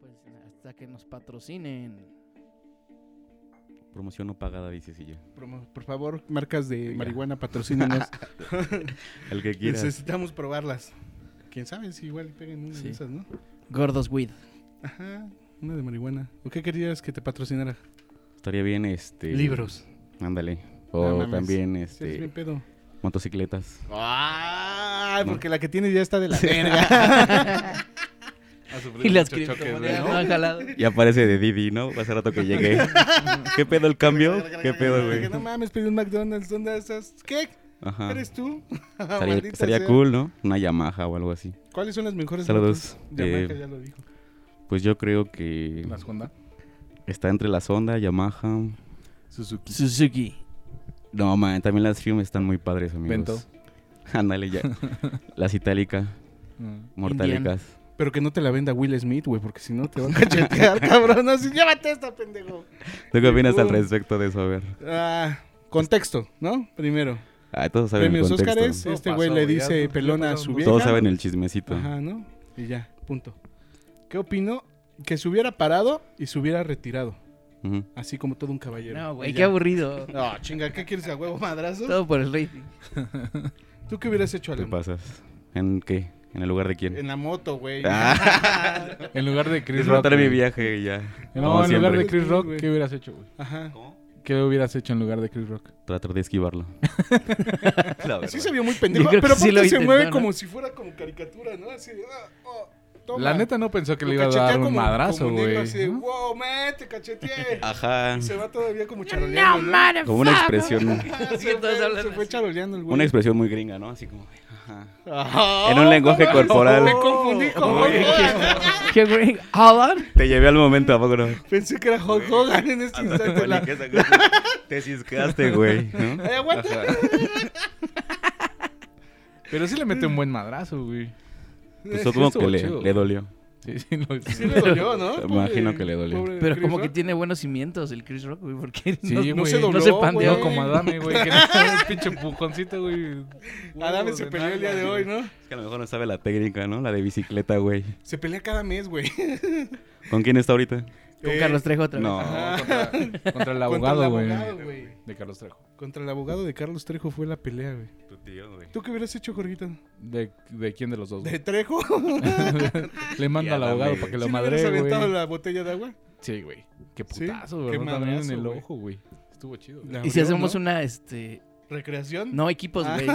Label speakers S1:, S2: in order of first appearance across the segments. S1: pues, hasta que nos patrocinen.
S2: Promoción no pagada, dice Silla.
S3: Promo- Por favor, marcas de marihuana, patrocínanos.
S2: El que quieras.
S3: Necesitamos probarlas. Quién sabe si igual peguen una
S1: Sí.
S3: de esas, ¿no?
S1: Gordos Weed.
S3: Ajá, una de marihuana. ¿O qué querías que te patrocinara?
S2: Estaría bien este.
S3: Libros.
S2: Ándale.
S3: No
S2: O
S3: mames.
S2: también
S3: Sí, es
S2: este.
S3: bien pedo.
S2: motocicletas.
S3: Ay,
S2: No.
S3: porque la que tienes ya está de la verga.
S4: Ha
S3: Pues
S4: sufrido
S1: Y las
S4: mucho choque,
S1: criptomonedas.
S4: güey, ¿no?
S1: no han jalado.
S2: Y aparece de Didi, ¿no? Hace rato que llegué. ¿Qué pedo el cambio? ¿Qué pedo,
S3: Dije,
S2: güey?
S3: no mames, pedí un McDonald's, ¿dónde estás? ¿Qué?
S2: Ajá.
S3: ¿Eres tú?
S2: Estaría,
S3: Maldita
S2: estaría
S3: sea.
S2: cool, ¿no? Una Yamaha o algo así.
S3: ¿Cuáles son las mejores
S2: Saludos.
S3: motos? Yamaha,
S2: Eh,
S3: ya lo dijo.
S2: Pues yo creo que
S4: Las Honda.
S2: está entre la Sonda, Yamaha.
S4: Suzuki.
S1: Suzuki.
S2: No, man, también las Fium están muy padres, amigos. Ándale ya. Las Itálica,
S4: Mm.
S2: Mortálicas.
S3: Pero que no te la venda Will Smith, güey, porque si no te van a cachetear, cabrón. Así, llévate esta, pendejo.
S2: ¿Tú qué opinas al
S3: Fium.
S2: respecto de eso? A ver.
S3: Ah, contexto, ¿no? Primero.
S2: Ah, todos saben el
S3: Premios
S2: contexto.
S3: Óscares,
S4: Todo
S3: este
S4: pasó,
S3: güey le
S4: güey, ya
S3: dice
S4: todo-
S3: pelona
S4: ya
S3: a
S4: todo
S3: su
S4: el
S3: vieja.
S4: mundo-
S2: Todos saben el chismecito.
S3: Pues Ajá, ¿no? Y ya, punto. ¿Qué opino? Que se hubiera parado y se hubiera retirado.
S2: Ujú.
S3: Así como todo un caballero.
S1: No,
S3: Y
S1: güey,
S3: ya.
S1: qué aburrido.
S3: No, chinga, ¿qué quieres a huevo, madrazo?
S1: Todo por el rating.
S3: ¿Tú qué hubieras hecho,
S2: ¿Te
S3: Alan?
S2: pasas? ¿En qué? ¿En el lugar de quién?
S3: En la moto, güey.
S2: Ah,
S4: En lugar de Chris Rock.
S2: disfrutar mi
S4: güey.
S2: viaje ya.
S4: No,
S2: Como
S4: en lugar
S2: siempre.
S4: de Chris Rock,
S3: Güey.
S4: ¿qué hubieras hecho, güey?
S3: Ajá.
S4: ¿Qué hubieras hecho en lugar de Chris Rock?
S2: Tratar de esquivarlo. La
S3: Sí
S2: verdad.
S3: se vio muy pendejo,
S1: Yo creo
S3: pero
S1: que sí
S3: aparte
S1: lo
S3: se
S1: intentó,
S3: mueve
S1: ¿no?
S3: como si fuera como caricatura, ¿no? Así de, ah, oh, toma.
S4: La neta no pensó que
S3: Lo
S4: le iba a
S3: cachetea
S4: dar un
S3: como-
S4: madrazo,
S3: como negro,
S4: güey.
S3: Así de,
S4: ¿no?
S3: wow, man, te cacheteé.
S2: Ajá.
S3: Y se va todavía como charoleando. ¿no?
S2: Como una expresión.
S3: Ah,
S1: Sí,
S3: se,
S1: todos
S3: fue,
S1: hablan
S3: se fue
S1: así.
S3: charoleando el güey.
S2: Una expresión muy gringa, ¿no? Así como. Ajá.
S3: Ah,
S2: En un lenguaje
S3: no,
S2: corporal.
S3: Me confundí con Hulk
S1: Oye,
S3: Hogan.
S1: ¿Qué güey? ¿Alan?
S2: Te llevé al momento, ¿a poco no?
S3: Pensé que era Hulk Hogan en este instante. la-
S2: Te ciscaste, güey. ¿no?
S3: Ay, aguanta.
S4: Pero sí le mete un buen madrazo, güey.
S2: Pues
S4: Sí,
S2: supongo
S4: estuvo
S2: que le,
S4: chido.
S2: le dolió.
S4: Sí, sí, lo-
S3: Sí le dolió, ¿no?
S2: Me
S3: Pobre-
S2: imagino que le dolió.
S3: pobre
S1: Pero
S3: Chris
S1: como que
S3: Rock.
S1: tiene buenos cimientos el Chris Rock, güey, porque
S4: Sí,
S1: no,
S4: güey.
S1: no
S3: No se
S1: se
S3: dobló,
S1: se pandeó
S3: güey.
S4: como Adame, güey, que no un pinche pujoncito, güey.
S3: Adame se peleó el día de hoy, ¿no?
S2: Es que a lo mejor no sabe la técnica, ¿no? La de bicicleta, güey.
S3: Se pelea cada mes, güey.
S2: ¿Con quién está ahorita?
S1: con
S3: Eh,
S1: Carlos Trejo otra vez.
S2: No.
S3: Ajá.
S4: Contra, contra el
S3: Contra
S4: abogado, güey.
S3: abogado, güey.
S4: De Carlos Trejo.
S3: Contra el abogado de Carlos Trejo fue la pelea, güey.
S2: Tu tío, güey.
S3: ¿Tú qué hubieras hecho, Jorgito?
S4: ¿De, de quién de los dos?
S3: ¿De
S4: güey?
S3: Trejo?
S4: le manda
S2: Ya,
S4: al abogado
S2: dame,
S4: para que
S2: güey.
S4: lo
S3: ¿Sí le hubieras
S4: madre,
S3: aventado
S4: güey.
S3: la botella de agua?
S4: Sí, güey. Qué
S3: Sí,
S4: putazo, güey.
S3: qué
S4: ¿no? También en
S3: madrazo,
S4: el
S3: güey.
S4: ojo, güey. Estuvo chido. güey.
S3: La
S1: Y si
S3: abrió,
S1: hacemos
S3: ¿no? Ah.
S1: una, este...
S3: ¿Recreación?
S1: No, equipos, güey.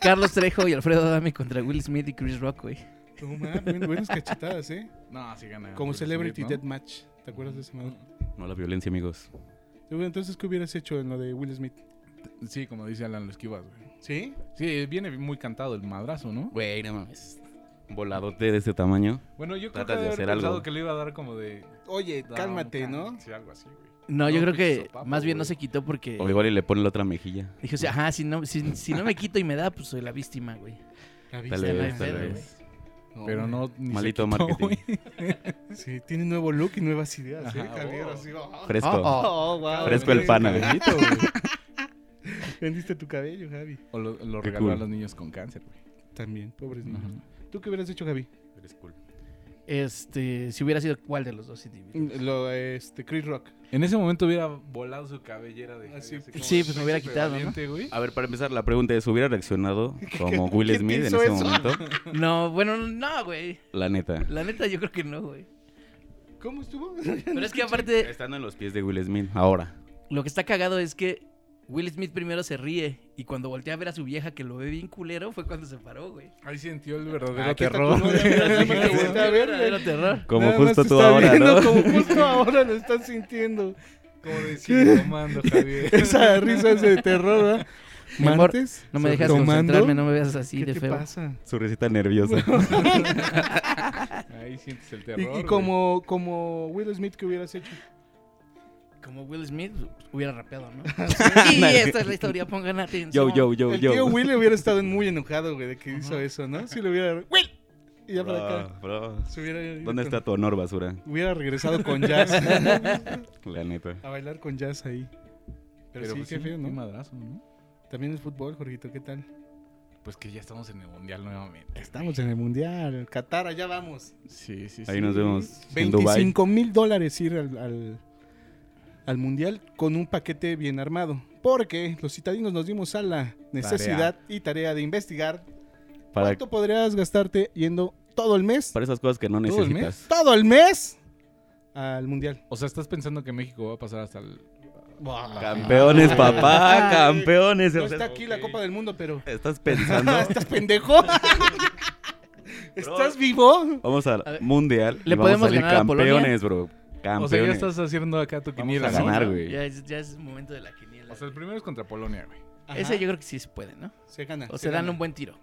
S1: Carlos Trejo y Alfredo Adame contra Will Smith y Chris Rock, güey.
S3: No, mames, buen- buenas cachetadas, ¿eh?
S4: No, sí gana.
S3: Como
S4: Will
S3: Celebrity
S4: Smith, ¿no?
S3: Death Match. ¿Te acuerdas de esa madre?
S2: No la violencia, amigos.
S3: Tú, Entonces, ¿qué hubieras hecho en lo de Will Smith?
S4: Sí, como dice Alan, lo esquivas, güey.
S3: ¿Sí?
S4: Sí, viene muy cantado el madrazo, ¿no?
S2: Güey, no mames. Un voladote de este tamaño.
S4: Bueno, yo creo
S2: Tratas de
S4: que de haber
S2: hacer
S4: pensado
S2: algo.
S4: que le iba a dar como de...
S3: Oye,
S4: da un
S3: cálmate,
S4: can-
S3: ¿no?
S4: Sí, algo así, güey.
S1: No, yo
S4: No,
S1: creo
S4: pinche
S1: que
S4: sopapo,
S1: más bien no
S4: güey.
S1: se quitó porque...
S2: O igual y le pone la otra mejilla.
S1: Dije, o sea, ajá, si no, si, si no me quito y me da, pues soy la víctima, güey.
S3: La vista,
S2: Tal
S1: Sí,
S3: la
S1: no hay
S2: vez, tal
S1: pedo,
S3: vista,
S1: güey.
S2: vez.
S3: No,
S4: Pero
S3: hombre.
S4: no... ni se
S2: Malito
S4: quitó,
S2: marketing.
S4: güey.
S3: Sí, tiene nuevo look y nuevas ideas, ¿eh?
S4: Ajá,
S3: Javier,
S4: oh.
S3: así, oh.
S2: Fresco.
S1: Oh,
S3: Oh, wow,
S2: Fresco el
S3: güey.
S2: pana, güey.
S4: Cabellito, güey.
S3: Vendiste tu cabello, Javi.
S4: O lo, lo
S2: Qué
S4: regaló a
S2: cool.
S4: los niños con cáncer, güey.
S3: También, pobres niños.
S4: Ajá.
S3: ¿Tú qué hubieras hecho, Javi?
S2: Eres cool.
S1: Este, si hubiera sido cuál de los dos. Sí,
S3: Lo, este, Chris Rock.
S4: En ese momento hubiera volado su cabellera de...
S3: Así,
S4: como
S1: Sí, pues me hubiera
S4: príncipe
S1: quitado, ¿no?
S4: valiente, güey.
S2: A ver, para empezar, la pregunta es, ¿hubiera reaccionado como Will
S3: ¿Quién
S2: Smith en
S3: hizo
S2: ese
S3: eso?
S2: momento?
S1: No, bueno, no, güey.
S2: La neta.
S1: La neta, yo creo que no, güey.
S3: ¿Cómo estuvo?
S1: Pero es que aparte,
S2: Estando en los pies de Will Smith, ahora.
S1: lo que está cagado es que Will Smith primero se ríe y cuando voltea a ver a su vieja que lo ve bien culero fue cuando se paró, güey.
S4: Ahí sintió el verdadero
S3: Aquí está
S4: terror.
S3: tu novia, mira, nada más te voltea a ver, güey.
S1: Verdadero terror.
S2: Como
S3: Nada más
S2: justo
S3: te
S2: tú
S3: está
S2: ahora,
S3: viendo
S2: ¿no?
S3: Como justo ahora lo estás sintiendo.
S4: Como decir, tomando, Javier.
S3: Esa risa es de terror, ¿verdad?
S1: Mi amor,
S3: Martes,
S1: No me dejas
S3: tomando.
S1: concentrarme, no me veas así
S3: ¿Qué
S1: de
S3: te
S1: feo.
S3: pasa?
S2: Su risita nerviosa.
S4: Ahí sientes el
S3: Y-
S4: terror.
S3: Y,
S4: güey.
S3: como, como Will Smith, ¿qué hubieras hecho?
S1: Como Will Smith pues, hubiera rapeado, ¿no? y esta es la historia, pongan atención.
S2: Yo, yo, yo,
S3: El
S2: yo.
S3: tío Will hubiera estado muy enojado, güey, de que hizo
S1: Ajá.
S3: eso, ¿no? Si lo hubiera... ¡Will! Y ya para acá.
S2: Bro, bro.
S3: Se hubiera ido
S2: Ah. ¿Dónde
S3: con-
S2: está tu honor, basura?
S3: Hubiera regresado con jazz.
S2: La neta.
S3: a bailar con jazz ahí. Pero, sí,
S4: pues
S3: qué feo,
S4: Qué
S3: ¿no?
S4: madrazo, ¿no?
S3: También es fútbol, Jorgito, ¿qué tal?
S4: Pues que ya estamos en el mundial nuevamente.
S3: Estamos en el mundial. Qatar, allá vamos.
S4: Sí, sí, sí.
S2: Ahí nos vemos en Dubái.
S3: 25 mil dólares ir al, al- al mundial con un paquete bien armado. Porque los citadinos nos dimos a la necesidad y tarea de investigar
S2: Para,
S3: cuánto podrías gastarte yendo todo el mes.
S2: para esas cosas que no
S4: ¿Todo el mes?
S2: necesitas.
S3: Todo el mes al mundial.
S4: O sea, ¿estás pensando que México va a pasar hasta el...
S2: Campeones, papá,
S3: Ay,
S2: campeones.
S3: No
S2: O sea,
S3: está aquí la Copa del Mundo, pero.
S2: ¿Estás pensando?
S3: ¿Estás pendejo? ¿Estás vivo?
S2: Vamos al
S1: A ver,
S2: mundial. y
S1: ¿le
S2: vamos
S1: podemos
S2: a salir
S1: ganar a Polonia?
S2: campeones, bro. Campeones.
S4: O sea, ya estás haciendo acá tu
S2: Vamos
S4: quiniela,
S2: a
S4: ¿no?
S2: ganar, güey.
S1: Ya es, ya es momento de la quiniela.
S4: O sea, el primero es contra Polonia, güey.
S1: Ese yo creo que sí se puede, ¿no?
S3: Se gana.
S1: O se dan un buen tiro.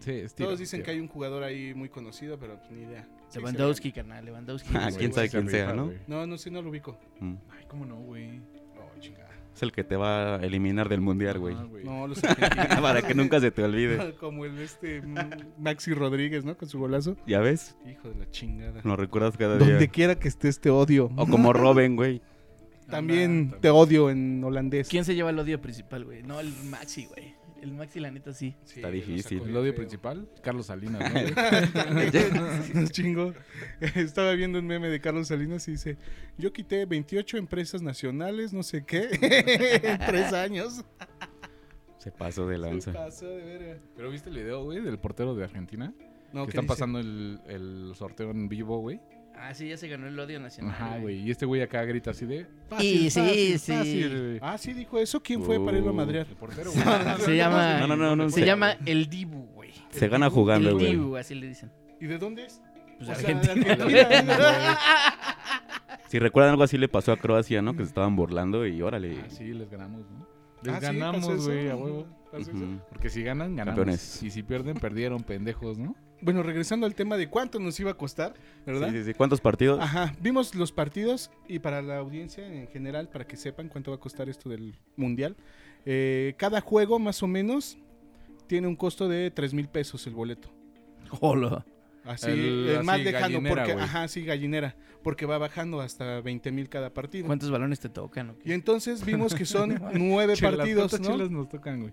S4: Sí, es tiro,
S3: Todos dicen
S4: tiro.
S3: que hay un jugador ahí muy conocido, pero pues, ni idea. Sí, se
S1: Lewandowski, carnal, Lewandowski.
S2: Ah,
S1: güey.
S2: quién sabe
S4: Sí se
S2: quién sea,
S4: rifa,
S2: ¿no?
S4: güey.
S3: gana. No, no sé, no lo ubico.
S2: Mm.
S4: Ay, cómo no, güey. No, chingada.
S2: Es el que te va a eliminar del mundial, güey.
S4: Ah, güey.
S3: No, los argentinos.
S2: Para que nunca se te olvide.
S3: Como el este mm, Maxi Rodríguez, ¿no? Con su golazo.
S2: ¿Ya ves?
S3: Hijo de la chingada.
S2: Lo recuerdas cada
S3: Donde
S2: día.
S3: quiera que estés te odio.
S2: O como Robin, güey.
S3: Ah, También
S4: Anda,
S3: te odio en holandés.
S1: ¿Quién se lleva el odio principal, güey? No, el Maxi, güey. El Maxi, la neta, sí.
S3: Sí,
S2: Está
S3: lo sacó
S2: difícil.
S3: bien
S4: El odio
S3: feo.
S4: principal, Carlos Salinas, ¿no, güey?
S3: Nos chingó. Estaba viendo un meme de Carlos Salinas y dice, yo quité 28 empresas nacionales, no sé qué, en tres años.
S2: Se pasó de
S3: Se
S2: lanza.
S3: pasó de verga.
S4: Pero viste el video, güey, del portero de Argentina.
S3: No,
S4: que
S3: ¿qué dice?
S4: están pasando el, el sorteo en vivo, güey.
S1: Ah, sí, ya se ganó el odio nacional.
S4: Ajá, güey. Y este güey acá grita así de.
S1: Y sí, sí.
S4: fácil, güey.
S3: Ah, sí, dijo eso. ¿Quién fue para irlo a
S2: Uh.
S3: madrear?
S4: El portero, güey.
S1: Se llama.
S2: Ah, No, no, no, no.
S1: Se llama el Dibu, güey.
S2: Se gana jugando,
S1: El
S2: güey.
S1: Dibu, así le dicen.
S3: ¿Y de dónde es?
S1: Pues
S3: O sea, de
S1: Argentina.
S3: Argentina,
S1: güey.
S3: güey.
S2: Si recuerdan algo así le pasó a Croacia, ¿no? Que se estaban burlando y órale.
S4: Ah, sí, les ganamos, ¿no? Les
S3: Ah, sí, pasó
S4: ganamos,
S3: eso.
S4: güey, a huevo.
S3: Pasó eso.
S2: Ujú.
S4: Porque si ganan, ganamos.
S2: Campeones.
S4: Y si pierden, perdieron, pendejos, ¿no?
S3: Bueno, regresando al tema de cuánto nos iba a costar, ¿verdad? Ah,
S2: Sí, sí, sí. ¿Cuántos partidos?
S3: Ajá, vimos los partidos y para la audiencia en general, para que sepan cuánto va a costar esto del mundial, eh, cada juego más o menos tiene un costo de 3 mil pesos el boleto.
S1: Hola.
S3: Así,
S4: El-
S3: el más
S4: así,
S3: lejano,
S4: gallinera,
S3: porque,
S4: güey.
S3: ajá, sí, gallinera, porque va bajando hasta 20 mil cada partido.
S1: ¿Cuántos balones te tocan? o qué?
S3: Y entonces vimos que son nueve
S4: Chelas,
S3: partidos,
S4: ¿cuántas
S3: ¿no?
S4: chelas nos tocan, güey?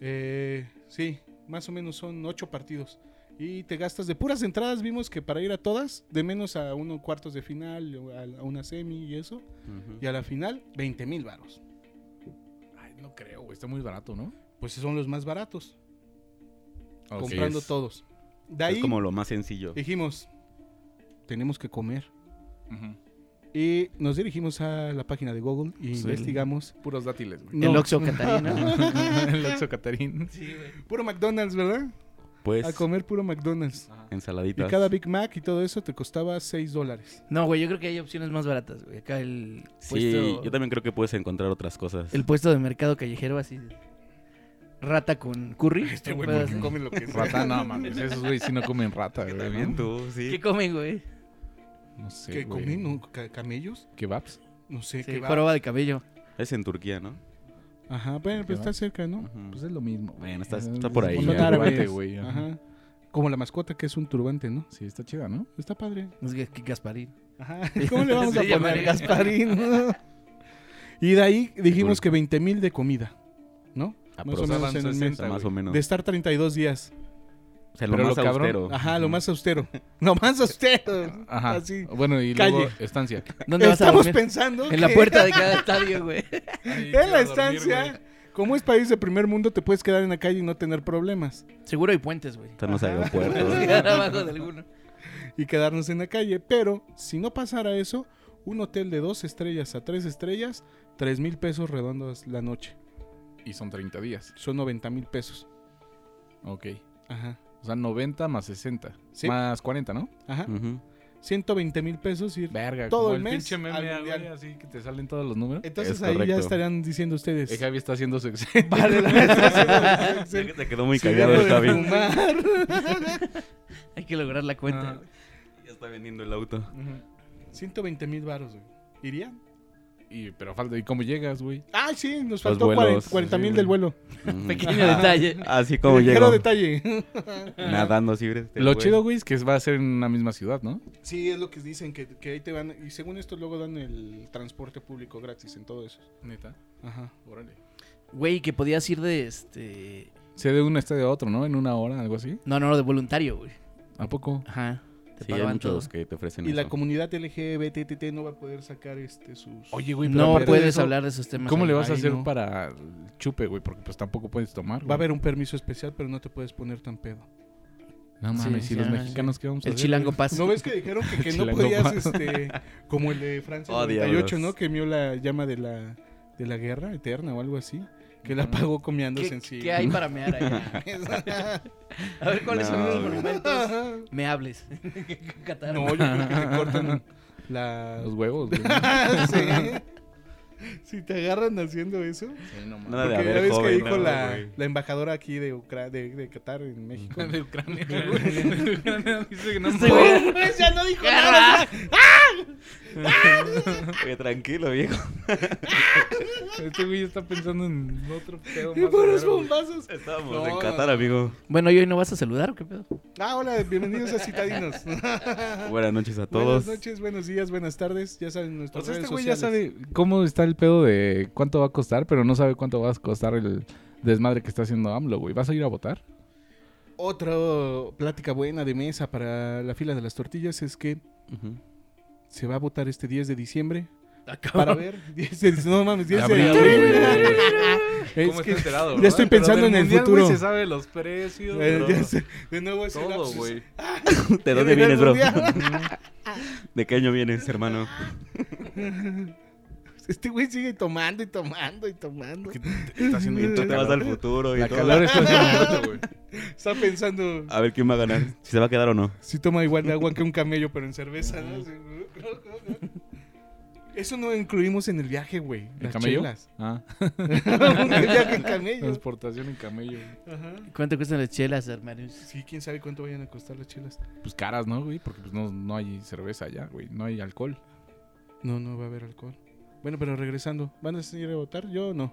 S3: Eh, sí, más o menos son ocho partidos. Y te gastas de puras entradas, vimos que para ir a todas, de menos a unos cuartos de final, o a a una semi y eso,
S2: Ujú.
S3: y a la final, 20 mil varos.
S4: Ay, no creo, güey. Está muy barato, ¿no?
S3: Pues son los más baratos, comprando
S2: es-
S3: todos. De
S2: Es
S3: ahí
S2: como lo más sencillo.
S3: dijimos, tenemos que comer.
S4: Ujú.
S3: Y nos dirigimos a la página de Google y
S1: Sí.
S3: investigamos.
S4: Puros dátiles, güey.
S3: No.
S1: El Oxxo Catarina.
S4: El Oxo Catarín.
S1: sí, güey.
S3: Puro McDonald's, ¿verdad?
S2: Pues,
S3: A comer puro McDonald's.
S2: Ah,
S4: Ajá.
S3: ah, Y
S2: ensaladitas.
S3: cada Big Mac y todo eso te costaba 6 dólares.
S1: No, güey, yo creo que hay opciones más baratas, güey. Acá el
S2: Sí,
S1: puesto,
S2: yo también creo que puedes encontrar otras cosas.
S1: el puesto de mercado callejero así. de- Rata con curry.
S3: Este
S1: un
S3: güey,
S1: pedo
S3: ¿por qué
S1: así.
S3: come lo que sea?
S4: Rata, no mames. Esos, güey, sí no comen rata, güey.
S2: También
S4: ¿no?
S2: tú, sí.
S1: ¿Qué comen, güey?
S4: No sé.
S3: ¿Qué
S4: güey.
S3: comen? ¿No? ¿Ca- ¿Camellos?
S4: ¿Kebabs?
S3: No sé,
S1: Sí,
S3: qué va.
S1: joroba de cabello.
S2: Es en Turquía, ¿no?
S3: Ajá, bueno,
S4: ¿Qué
S3: pues está
S4: va?
S3: cerca, ¿no?
S2: Ujú.
S4: Pues es lo mismo. güey.
S2: Bueno, está-
S4: Es-
S2: está por
S4: es
S2: ahí,
S4: un
S2: ya.
S3: Son árabes.
S4: turbante, güey. ajá.
S3: Ajá. Como la mascota que es un turbante, ¿no?
S4: Sí, está chida, ¿no?
S3: Está padre.
S1: Es que- que Gasparín.
S3: Ajá. ¿Cómo le vamos a
S1: Sí,
S3: poner
S1: llamaré.
S3: Gasparín? y de ahí dijimos que 20 mil de comida, ¿no? Más o menos en un
S2: Ah, O
S3: mes.
S2: sea, más o menos.
S3: De estar 32 días.
S2: O sea, lo
S4: Pero
S2: más
S4: lo cabrón-
S2: austero.
S3: Ajá, lo más austero. Lo más austero.
S4: Ajá.
S3: Así.
S4: Bueno, y
S3: Calle.
S4: luego estancia.
S1: ¿Dónde vas a
S3: Estamos
S1: dormir?
S3: pensando
S1: En la
S3: que
S1: puerta de cada estadio, güey.
S3: en la estancia, como es país de primer mundo, te puedes quedar en la calle y no tener problemas.
S1: Seguro hay puentes, güey.
S2: Están los aeropuertos.
S1: Puedes quedar abajo de alguno.
S3: y quedarnos en la calle. Pero si no pasara eso, un hotel de dos estrellas a tres estrellas, tres mil pesos redondos la noche.
S4: Y son 30 días.
S3: Son 90 mil pesos.
S4: Ok.
S3: Ajá.
S4: O sea, 90 más 60.
S3: Sí.
S4: Más 40, ¿no?
S3: Ajá.
S2: Ujú.
S3: 120 mil pesos ir.
S4: Verga.
S3: Todo
S4: como
S3: el mes
S4: pinche meme,
S3: al
S4: güey,
S3: mundial.
S4: así que te salen todos los números.
S3: Entonces
S2: Es
S3: ahí ya
S2: correcto.
S3: estarían diciendo ustedes.
S4: El Javi está haciendo su examen.
S3: Vale, la verdad, sí,
S2: Ya
S3: sí,
S2: que Se quedó muy
S3: sí,
S2: callado
S3: dejo
S2: el
S3: de
S2: Javi.
S3: fumar.
S1: Hay que lograr la cuenta,
S4: Ajá.
S1: güey.
S2: Ya está vendiendo el auto.
S3: 120 mil baros, güey. ¿Irían?
S4: Y, pero falta, ¿y cómo llegas, güey?
S3: Ah, sí, nos faltó
S2: vuelos,
S3: 40
S4: sí,
S3: mil
S4: güey.
S3: del vuelo.
S2: Ujú.
S1: Pequeño detalle.
S2: Así como
S3: Ligero
S2: llegó.
S3: detalle.
S2: Nadando así. Lo
S4: Lo chido, güey, es que va a ser en una misma ciudad, ¿no?
S3: Sí, es lo que dicen, que, que ahí te van. Y según esto, luego dan el transporte público gratis en todo eso.
S4: Neta.
S3: Ajá.
S4: Órale.
S1: Güey, que podías ir de este.
S4: Se de un estadio a otro, ¿no? En una hora, algo así.
S1: No, no, de voluntario, güey.
S4: ¿A poco?
S3: Ah,
S1: Ajá. Te
S2: Sí, hay
S1: pagaban
S2: muchos
S1: todo.
S2: que te ofrecen
S3: Y la
S2: eso.
S3: comunidad LGBTT no va a poder sacar este sus...
S4: Oye, güey, pero
S1: No
S4: aparte de
S1: puedes
S4: eso,
S1: hablar de esos temas.
S4: ¿Cómo
S1: ahí.
S4: le vas a
S3: Ay,
S4: hacer
S3: no.
S4: para el chupe, güey? Porque pues tampoco puedes tomar.
S3: Va a
S4: güey.
S3: haber un permiso especial, pero no te puedes poner tan pedo.
S4: No
S1: Sí,
S4: mames,
S1: sí,
S4: ¿y los
S1: sí.
S4: mexicanos qué vamos a
S1: El
S4: hacer?
S1: chilango
S2: Ah,
S1: pasa.
S3: ¿No ves que dijeron que, que no
S4: Chilango
S3: podías,
S4: pa-
S3: este, como el de Francia
S2: Oh,
S3: 98,
S2: diablos.
S3: ¿no? Que mió la llama de la, de la guerra eterna o algo así. Que
S2: Mm.
S3: la apagó comiándose
S1: ¿Qué,
S3: en sí.
S1: qué hay para mear allá? A ver cuáles
S2: No,
S1: son los
S2: güey.
S1: monumentos. Me hables. Qatar.
S3: no, yo creo que te cortan la...
S4: Los huevos, güey.
S3: Sí. Si te agarran haciendo eso.
S2: Nada de
S3: porque ya
S2: haber
S3: ves que
S2: joven,
S3: dijo
S2: no,
S3: la,
S2: güey.
S3: la embajadora aquí de, Ucra- de, de Qatar en México.
S4: De Ucrania, güey. De Ucrania dice que no
S1: Este
S4: mames.
S1: güey,
S3: Pues ya no dijo
S1: guerra.
S2: Oye, tranquilo, viejo.
S4: Este güey está pensando en otro pedo
S3: Y
S4: más.
S3: puros
S4: raro, güey.
S3: bombazos.
S2: Estábamos
S3: No,
S2: en
S3: no,
S2: Qatar, amigo.
S1: Bueno, ¿y hoy no vas a saludar o qué pedo?
S3: Ah, hola, bienvenidos a Citadinos.
S2: Buenas noches a todos.
S3: Buenas noches, buenos días, buenas tardes. Ya saben
S4: O
S3: nuestros
S4: sea,
S3: redes
S4: este güey ya
S3: sociales.
S4: sabe cómo está el pedo de cuánto va a costar, pero no sabe cuánto va a costar el desmadre que está haciendo AMLO, güey. ¿Vas a ir a votar?
S3: Otra plática buena de mesa para la fila de las tortillas es que
S2: Ujú.
S3: se va a votar este 10 de diciembre para
S1: Acaba.
S3: ver 10 de no mames, 10 de
S4: Ah, Abril,
S3: diciembre. Es que- ya
S4: enterado?
S3: estoy pensando en el futuro.
S4: se sabe los precios.
S3: eh,
S4: todo.
S3: ya sé, de nuevo es el
S4: Todo,
S3: lapsus.
S4: güey.
S2: ¿De dónde vienes, bro?
S3: Mundial.
S2: ¿De qué año vienes, hermano?
S3: Este güey sigue tomando y tomando y tomando.
S4: Está haciendo bien
S2: Tú te
S4: chaca,
S2: vas
S4: ¿no?
S2: al futuro y
S4: La
S2: todo.
S4: calor está haciendo mucho, güey.
S3: Está pensando
S2: A ver quién va a ganar. Si se va a quedar o no.
S3: si toma igual de agua que un camello pero en cerveza, ¿no? Así, Eso no incluimos en el viaje, güey.
S4: ¿El
S3: las
S4: camello?
S3: chelas.
S4: Ah,
S3: el viaje en camello.
S4: transportación en camello. güey.
S3: Ajá.
S1: ¿Cuánto cuestan las chelas, hermanos?
S3: Sí, quién sabe cuánto vayan a costar las chelas.
S4: Pues caras, ¿no, güey? Porque pues no, no hay cerveza allá, güey. No hay alcohol.
S3: No, no va a haber alcohol. Bueno, pero regresando, ¿van a seguir a votar? Yo no.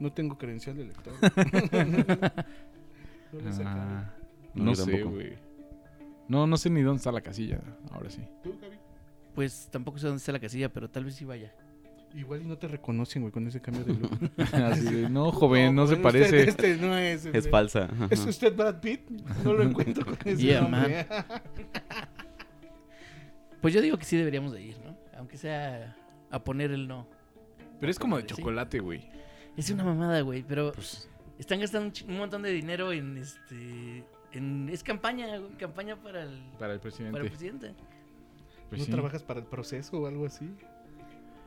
S3: No tengo credencial de elector. no le he sacado.
S4: Ah, no
S2: yo
S4: sé,
S2: tampoco.
S4: güey. No, no sé ni dónde está la casilla. Ahora sí.
S3: ¿Tú, Gaby?
S1: Pues tampoco sé dónde está la casilla, pero tal vez sí vaya.
S3: Igual y no te reconocen, güey, con ese cambio de look.
S4: Así de, no, joven, no, se
S3: joven, usted
S4: parece.
S3: este no es.
S2: Es
S3: hombre.
S2: falsa. Ajá.
S3: ¿Es usted Brad Pitt? No lo encuentro con ese
S1: Yeah,
S3: nombre.
S1: Pues yo digo que sí deberíamos de ir, ¿no? Aunque sea a poner el no.
S4: Pero es como de
S1: Sí.
S3: Pues
S4: chocolate, güey.
S1: Es una mamada, güey, pero
S4: Pues,
S1: están gastando un, chi- un montón de dinero en este... En, es campaña, güey, campaña para el,
S4: para el presidente.
S1: para el presidente.
S4: Pues
S3: ¿No
S4: sí.
S3: trabajas para el proceso o algo así?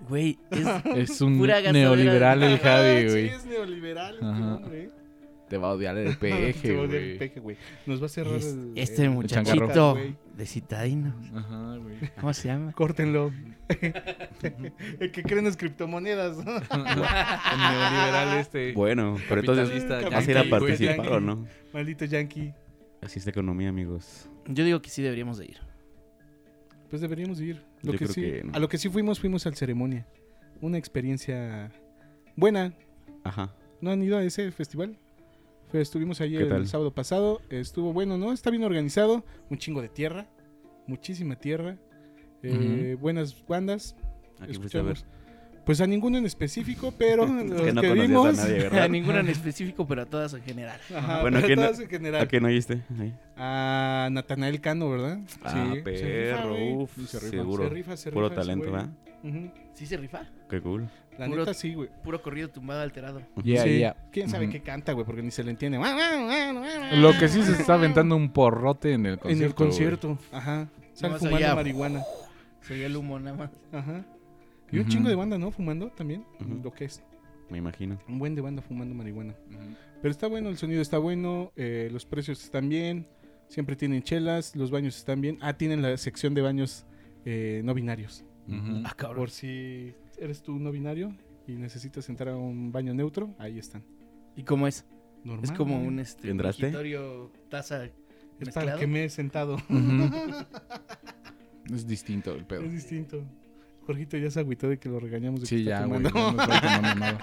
S1: Güey, es...
S4: Es un
S1: Pura gastadera de
S4: neoliberal el
S1: dinero.
S4: Javi,
S3: Ah,
S4: güey.
S3: Sí, es neoliberal, este
S4: Ajá.
S3: hombre. ¿eh?
S4: Te va a odiar el
S3: Te
S4: peje,
S3: va a odiar el
S4: güey.
S3: peje, güey. Nos va a cerrar
S1: es-
S3: el-
S1: este
S3: el-
S1: muchachito
S3: changarro. Güey.
S1: de Citadino.
S4: Ajá, güey.
S1: ¿Cómo se llama?
S3: Córtenlo. el que cree en las criptomonedas. ¿no?
S4: El neoliberal este.
S2: Bueno, pero entonces
S4: Capitalista,
S2: vas a ir a
S3: yankee, güey,
S2: participar
S3: yankee.
S2: o no.
S3: Maldito yankee.
S2: Así es la economía, amigos.
S1: Yo digo que sí deberíamos de ir.
S3: Pues deberíamos ir.
S2: Yo
S3: Lo que
S2: creo
S3: sí,
S2: que no.
S3: A lo que sí fuimos, fuimos al ceremonia. Una experiencia buena.
S2: Ajá.
S3: ¿No han ido a ese festival? Fue- estuvimos allí
S2: ¿Qué
S3: el
S2: tal?
S3: sábado pasado. Estuvo bueno, ¿no? Está bien organizado. Un chingo de tierra. Muchísima tierra. eh, Buenas bandas.
S2: Aquí fuiste a ver.
S3: Escuchamos. Pues a ninguno en específico, pero los
S2: que
S3: que,
S2: no conocías
S3: vimos.
S2: a nadie,
S1: A
S2: ¿verdad?
S1: ninguna en específico, pero a todas en general.
S3: Ajá,
S2: Bueno,
S3: pero
S2: ¿quién no-
S3: todas en general.
S2: ¿A qué no oíste? Ahí.
S3: A Natanael Cano, ¿verdad?
S2: Ah,
S3: se rifa, güey.
S2: perro. Uf,
S4: Se rifa,
S2: seguro.
S3: Se rifa, se
S2: Puro
S3: rifa ese
S2: talento,
S3: güey.
S2: ¿verdad?
S3: Ujú.
S1: ¿Sí se rifa?
S2: Qué cool.
S3: La
S1: Puro-
S3: neta sí, güey.
S1: Puro corrido tumbado alterado.
S4: Yeah,
S3: Sí.
S4: yeah.
S3: ¿Quién sabe
S4: Ujú.
S3: qué canta, güey? Porque ni se le entiende.
S4: Lo que sí se está aventando un porrote en el
S3: En
S4: concierto.
S3: el concierto. Ajá. Sale
S1: Nomás
S3: fumando
S1: allá.
S3: marihuana.
S1: Se oía el humo nada más.
S3: Ajá. Y un
S4: Ujú.
S3: chingo de banda, ¿no? Fumando también.
S2: Ujú.
S3: Lo que es.
S2: Me imagino.
S3: Un buen de banda fumando marihuana.
S4: güey. Ujú.
S3: Pero está bueno, el sonido está bueno, eh, los precios están bien, siempre tienen chelas, los baños están bien. Ah, tienen la sección de baños eh, no binarios.
S4: Ujú.
S1: Ah, cabrón.
S3: Por si eres tú no binario y necesitas entrar a un baño neutro, ahí están.
S1: ¿Y cómo es?
S3: Normal,
S1: Es como
S3: güey.
S1: un este
S2: ¿Entraste?
S1: migitorio, taza
S3: Es para
S1: mezclado.
S3: que me he sentado.
S4: Ujú. Es distinto el pedo.
S3: Es distinto. Jorgito ya se agüitó de que lo regañamos. De que
S4: Sí,
S3: está
S4: ya, güey.
S3: tomando.
S4: No, no estoy tomando nada.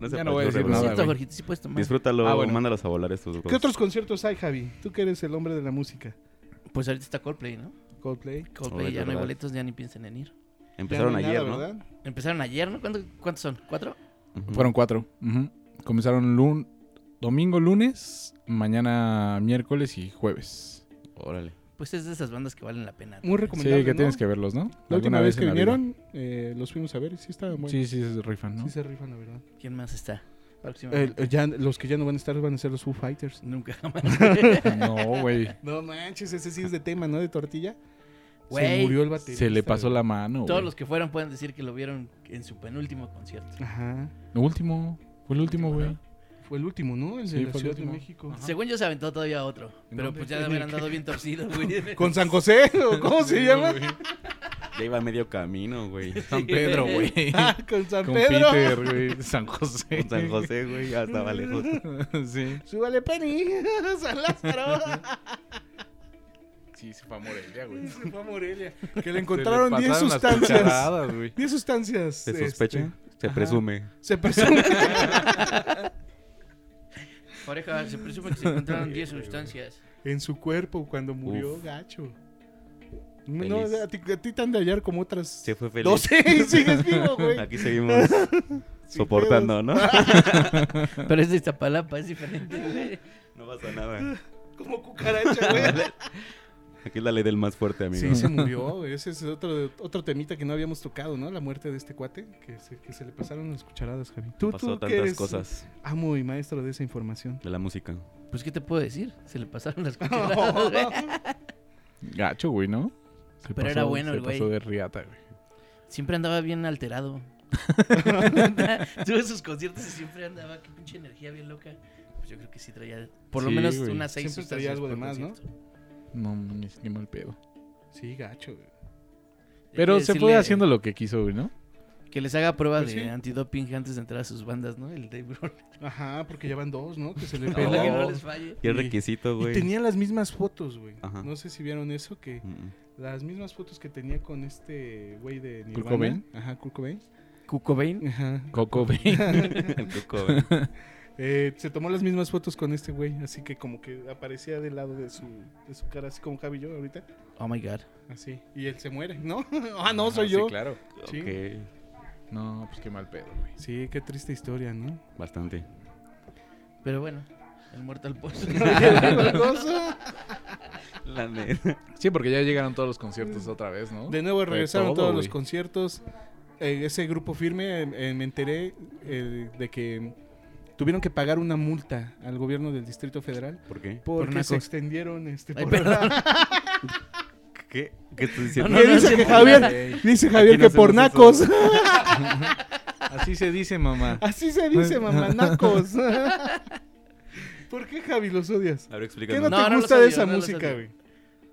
S2: se
S4: Ya no
S2: pasó,
S4: voy a decir
S1: Lo
S2: bro.
S4: nada,
S1: siento,
S4: güey.
S1: Jorgito, sí puedes tomar.
S2: Disfrútalo,
S4: Ah, bueno.
S2: mándalos a volar estos dos.
S3: ¿Qué otros conciertos hay, Javi? Tú que eres el hombre de la música.
S1: Pues ahorita está Coldplay, ¿no?
S3: Coldplay.
S1: Coldplay
S2: Oh, es
S1: ya no hay
S2: verdad.
S1: boletos, ya ni piensen en ir.
S2: Empezaron
S3: Ya hay
S2: ayer,
S3: nada,
S2: ¿no?
S3: ¿verdad?
S1: Empezaron ayer, ¿no? ¿Cuánto- ¿Cuántos son? ¿Cuatro?
S2: Ujú.
S4: Fueron cuatro. Ujú. Comenzaron lun domingo, lunes, mañana, miércoles y jueves.
S2: Órale.
S1: Pues es de esas bandas que valen la pena.
S3: Muy
S4: Sí,
S3: recomendable.
S4: que
S3: ¿no?
S4: tienes que verlos, ¿no?
S3: La última
S4: Alguna
S3: vez
S4: en
S3: que
S4: la
S3: vinieron, eh, los fuimos a ver y sí estaban
S4: vida.
S3: buenos.
S4: Sí, sí, se rifan, ¿no?
S3: Sí se rifan, la verdad.
S1: ¿Quién más está? Próxima.
S3: El- el- ya, los que ya no van a estar van a ser los Foo Fighters.
S1: Nunca jamás.
S4: No, güey.
S3: No manches, ese sí es de tema, ¿no? De tortilla.
S1: Güey,
S3: se murió el baterista.
S4: Se le pasó
S3: güey.
S4: la mano,
S1: Todos
S4: güey.
S1: los que fueron pueden decir que lo vieron en su penúltimo concierto.
S3: Ajá.
S4: Último. Fue el último, güey.
S3: Fue el último, ¿no? El
S4: Sí,
S3: de la
S4: fue el
S3: Ciudad
S4: último.
S3: de México.
S1: Según yo se aventó todavía otro, pero
S4: dónde?
S1: pues ya de haber andado bien torcido, güey.
S3: ¿Con San José? ¿O ¿Cómo se llama?
S2: Ya iba a medio camino, güey.
S4: San Pedro, güey.
S3: Ah, con San
S4: Con
S3: Pedro.
S4: Peter, güey. San José.
S2: Con San José, güey. Ya estaba lejos.
S4: sí.
S3: Súbale, Penny. San Lázaro.
S4: Sí, se fue a Morelia, güey.
S3: Se fue a Morelia. Que le encontraron 10 sustancias.
S4: sustancias. güey.
S3: 10 sustancias.
S2: Se
S3: este,
S2: sospecha, se
S3: ajá.
S2: presume.
S3: se presume.
S1: Pareja, se presume que se encontraron 10 sustancias.
S3: en su cuerpo cuando murió
S2: Uf.
S3: gacho. No,
S2: Feliz.
S3: a ti, a ti te han de hallar como otras.
S2: Se fue feliz.
S3: 12 y sigues vivo, güey.
S2: Aquí seguimos
S3: Sin
S2: soportando, ¿no?
S1: Pero es de Iztapalapa, es diferente, güey.
S2: No pasa nada.
S3: pedos. Como cucaracha, güey.
S2: Aquí es la ley del más fuerte, amigo.
S3: Sí, se murió, güey. Ese es otro, otro temita que no habíamos tocado, ¿no? La muerte de este cuate. Que se, que se le pasaron las cucharadas, Javi. Tú,
S2: Pasó
S3: tú que
S2: tantas
S3: eres
S2: cosas
S3: Amo y maestro de esa información.
S2: de la música.
S1: Pues, ¿qué te puedo decir? Se le pasaron las cucharadas, güey.
S4: Gacho, güey, ¿no? Se
S1: Pero era bueno
S4: se
S1: el güey.
S4: pasó de riata, güey.
S1: Siempre andaba bien alterado. Yo en sus conciertos y siempre andaba, qué pinche energía bien loca. Pues yo creo que sí traía por lo
S4: Sí,
S1: menos
S4: güey.
S1: unas seis
S3: Siempre
S1: sustancias
S3: traía algo de
S1: por
S3: más, ¿no?
S1: concierto.
S4: No, ni, ni mal pedo.
S3: Sí, gacho, güey.
S1: Hay que
S4: Pero se fue
S1: decirle
S4: haciendo lo que quiso, güey, ¿no?
S1: Eh, Que les haga prueba
S3: Pues
S1: de
S3: sí.
S1: antidoping antes de entrar a sus bandas, ¿no? El Dave Grohl.
S3: Ajá, porque ya van dos, ¿no? Que se le
S1: Ojalá que no
S3: peló.
S1: les falle.
S2: Y el
S3: Y-
S2: requisito,
S3: Y
S2: güey.
S3: tenía las mismas fotos, güey.
S2: Ajá.
S3: No sé si vieron eso, que
S2: Mm,
S3: las mismas fotos que tenía con este güey de Nirvana.
S4: Kurt Cobain.
S3: Ajá, Kurt Cobain.
S1: Cucobain.
S3: Ajá.
S4: Coco, güey.
S2: El coco, güey.
S3: Eh, se tomó las mismas fotos con este güey, así que como que aparecía del lado de su, de su cara, así como Javi y yo ahorita.
S1: Oh my god.
S3: Así. Y él se muere, ¿no? ah, no, soy yo.
S4: Sí, claro.
S3: Sí.
S2: Ok,
S4: No, pues qué mal pedo, güey.
S3: Sí, qué triste historia, ¿no?
S2: bastante.
S1: Pero bueno, el Mortal Post.
S2: La neta.
S4: Sí, porque ya llegaron todos los conciertos otra vez, ¿no?
S3: De nuevo
S4: Fue
S3: regresaron
S4: todo,
S3: todos los
S4: güey.
S3: conciertos. Eh, ese grupo firme, eh, me enteré eh, de que tuvieron que pagar una multa al gobierno del Distrito Federal
S2: ¿Por qué?
S1: Por
S3: porque se
S1: naco.
S3: extendieron este
S1: Ay,
S3: por-
S1: perdón.
S2: ¿Qué? ¿Qué estás diciendo?
S1: No,
S3: Y
S1: no,
S3: dice
S1: sí,
S3: que
S1: por-
S3: Javier, dice Javier
S2: Aquí no
S3: que por
S2: hacemos
S3: nacos.
S2: eso.
S4: Así se dice, mamá.
S3: Así se dice, mamanacos. ¿Por qué, Javi, los odias?
S2: Ahora
S3: ¿Qué
S2: explícanos.
S3: no,
S1: No,
S3: te
S1: no los
S3: gusta de
S1: odio,
S3: esa
S1: no los
S3: música,
S1: odio.
S3: güey?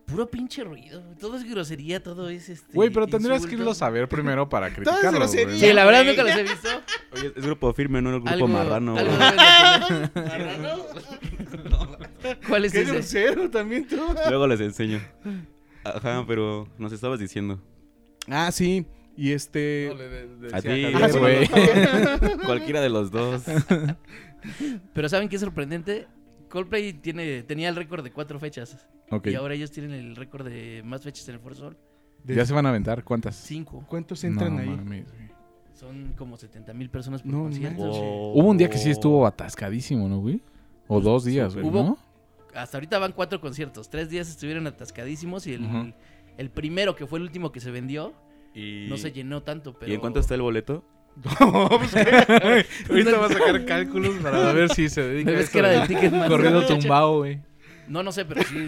S1: Puro pinche ruido. Todo es grosería, todo es este.
S4: Güey, pero tendrías que
S1: insulto.
S4: irlo a saber primero para criticarlo,
S3: grosería.
S4: güey.
S1: Sí, la verdad
S3: güey.
S1: nunca los he visto.
S2: Oye, es grupo firme, no el grupo
S1: Algo-
S2: marrano.
S1: algo
S2: güey.
S1: deben de tener. ¿Cuál es
S3: Qué
S1: ese?
S3: grosero también tú.
S2: Luego les enseño. Ajá, pero nos estabas diciendo.
S3: Ah, sí. Y este...
S2: A ti,
S4: Ah, sí,
S2: güey.
S4: no, no,
S2: Cualquiera de los dos.
S1: Pero ¿saben qué es sorprendente? Coldplay tiene, tenía el récord de cuatro fechas.
S4: Ok,
S1: Y ahora ellos tienen el récord de más fechas en el Foro Sol.
S4: ya se van a aventar. ¿Cuántas?
S1: Cinco.
S3: ¿Cuántos entran
S4: No
S3: ahí?
S4: mames, güey.
S1: Son como 70 mil personas por
S3: No
S1: concierto.
S3: manches.
S4: Hubo un día que sí estuvo atascadísimo, ¿no, güey?
S3: Pues,
S4: O dos días, güey,
S1: Hubo-
S4: ¿no?
S1: Hasta ahorita van cuatro conciertos. Tres días estuvieron atascadísimos y el,
S4: Ujú.
S1: el primero, que fue el último que se vendió,
S2: Y...
S1: no se llenó tanto. Pero...
S2: ¿Y en cuánto está el boleto?
S4: Ahorita va a sacar cálculos para ver si se dedica
S1: Me ves que era del Ticketmaster.
S4: corrido tumbado, güey.
S1: No, no sé, pero sí.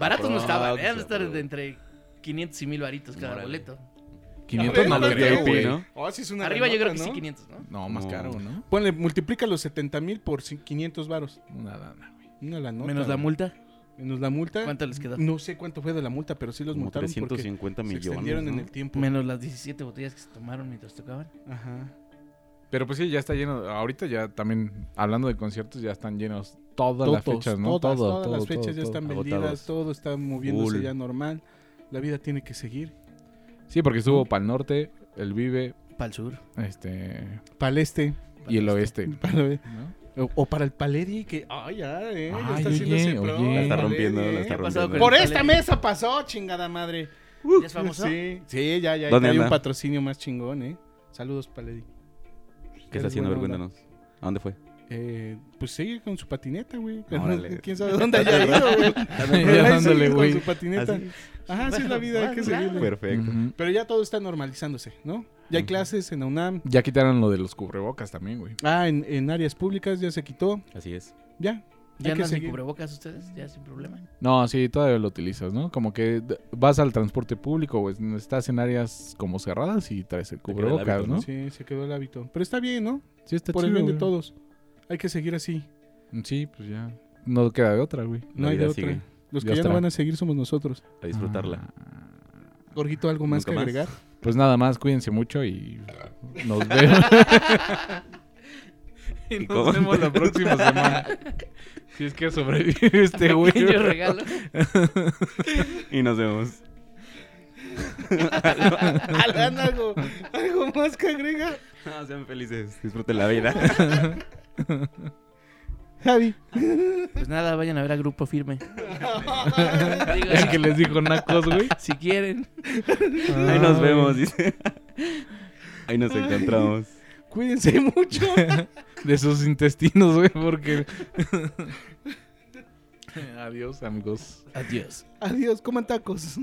S1: Baratos no
S2: Aprox,
S1: estaban. Deben estar
S2: aprox.
S1: de entre 500 y 1000 varitos cada
S2: Órale.
S1: boleto.
S4: 500
S3: A
S4: no
S3: ver,
S4: creo,
S3: no,
S4: güey.
S2: ¿no?
S3: Oh, sí es una
S1: Arriba yo creo
S3: renota,
S1: que sí
S3: ¿no?
S1: 500, ¿no?
S4: No, más
S2: No.
S4: caro, ¿no?
S3: Ponle, multiplica los 70 mil por cin- 500 varos.
S4: Una lana, güey.
S3: Una la nota,
S1: Menos la
S3: güey.
S1: multa.
S3: Menos la multa.
S1: ¿Cuánto les quedó?
S3: No sé cuánto fue de la multa, pero sí los
S2: Como
S3: multaron porque
S2: 350
S3: se
S2: millones.
S3: extendieron en
S2: ¿no?
S3: el tiempo.
S1: Menos las 17 botellas que se tomaron mientras tocaban.
S3: Ajá.
S4: Pero pues sí, ya está lleno. Ahorita ya también, hablando de conciertos, ya están llenos todas las
S3: Todos,
S4: fechas, ¿no?
S3: Todas,
S4: Todo,
S3: todas
S4: todo,
S3: las fechas
S4: todo,
S3: ya
S4: todo.
S3: están
S2: todo.
S3: vendidas,
S2: Agotados.
S3: todo está moviéndose
S2: Full.
S3: ya normal. La vida tiene que seguir.
S4: Sí, porque estuvo Pal Norte, el Vive,
S1: Para el sur.
S4: este...
S3: Para el este.
S4: y el Oeste.
S3: pa'l-
S4: ¿no?
S3: o, o para el Paleri, que. Ay, ya, eh. ya
S4: Ay,
S3: está haciéndose
S4: oye,
S3: pro,
S4: oye. La está
S3: Paleri,
S2: rompiendo, la
S3: eh.
S2: está
S1: ha pasado
S2: rompiendo.
S3: Por
S1: el
S3: esta
S1: Paleri?
S3: mesa pasó, chingada madre.
S1: ¿Ya es famoso?
S3: Sí, sí, ya, ya.
S2: ¿Dónde
S3: Hay un
S2: anda?
S3: patrocinio más chingón, eh. Saludos, Paleri.
S2: ¿Qué está haciendo? A ver, cuéntanos. ¿A dónde fue?
S3: eh, pues sigue con su patineta, güey. Pero
S2: Órale.
S3: quién sabe dónde haya ido, güey. Pero
S4: Ya
S3: ahí
S4: dándole,
S3: sigue
S4: güey.
S3: Con su patineta.
S2: Así
S3: Ajá, así es la vida, hay que
S1: Bueno,
S3: seguirle.
S1: claro.
S2: Perfecto.
S4: Ujú.
S3: Pero ya todo está normalizándose, ¿no? Ya hay
S4: Ujú.
S3: clases en la UNAM.
S4: Ya quitaron lo de los cubrebocas también, güey.
S3: Ah, en, en áreas públicas ya se quitó.
S2: Así es.
S3: Ya.
S1: ¿Ya
S3: hay que
S1: andan sin
S3: seguir.
S1: cubrebocas ustedes? Ya sin problema.
S4: No, sí, todavía lo utilizas, ¿no? Como que d- vas al transporte público, güey. Estás en áreas como cerradas y traes el
S2: queda el
S4: cubrebocas,
S2: hábito,
S4: ¿no?
S2: ¿no?
S4: Sí,
S3: Sí, se quedó el hábito. Pero está bien, ¿no?
S4: está
S3: Por
S4: chido,
S3: el bien de
S4: güey.
S3: todos. Hay que seguir así.
S4: Sí, pues ya. No queda de otra, güey.
S3: No
S2: La
S3: hay de
S2: vida
S3: otra.
S2: sigue.
S3: Los que
S4: Ya
S3: ya no
S4: estará.
S3: van a seguir somos nosotros.
S2: A disfrutarla.
S3: Gorguito, ¿algo más
S2: Nunca
S3: que
S2: más.
S3: agregar?
S4: Ah, Pues nada más, cuídense mucho y nos vemos. y
S2: Y
S4: nos
S2: con-
S4: vemos la próxima semana. si es que sobrevive este güey.
S1: Pequeño regalo.
S2: Y nos vemos.
S3: Alan, algo, algo más que agregar.
S2: No, Ah, sean felices. Disfruten la vida.
S3: Javi.
S1: Pues nada, vayan a ver a Grupo Firme. Digo,
S4: El
S1: si-
S4: que les dijo nacos, güey.
S1: si quieren.
S2: Ahí nos vemos, dice. Ahí nos encontramos.
S3: Cuídense mucho.
S4: De sus intestinos, güey, porque... Adiós, amigos.
S1: Adiós.
S3: Adiós, coman tacos.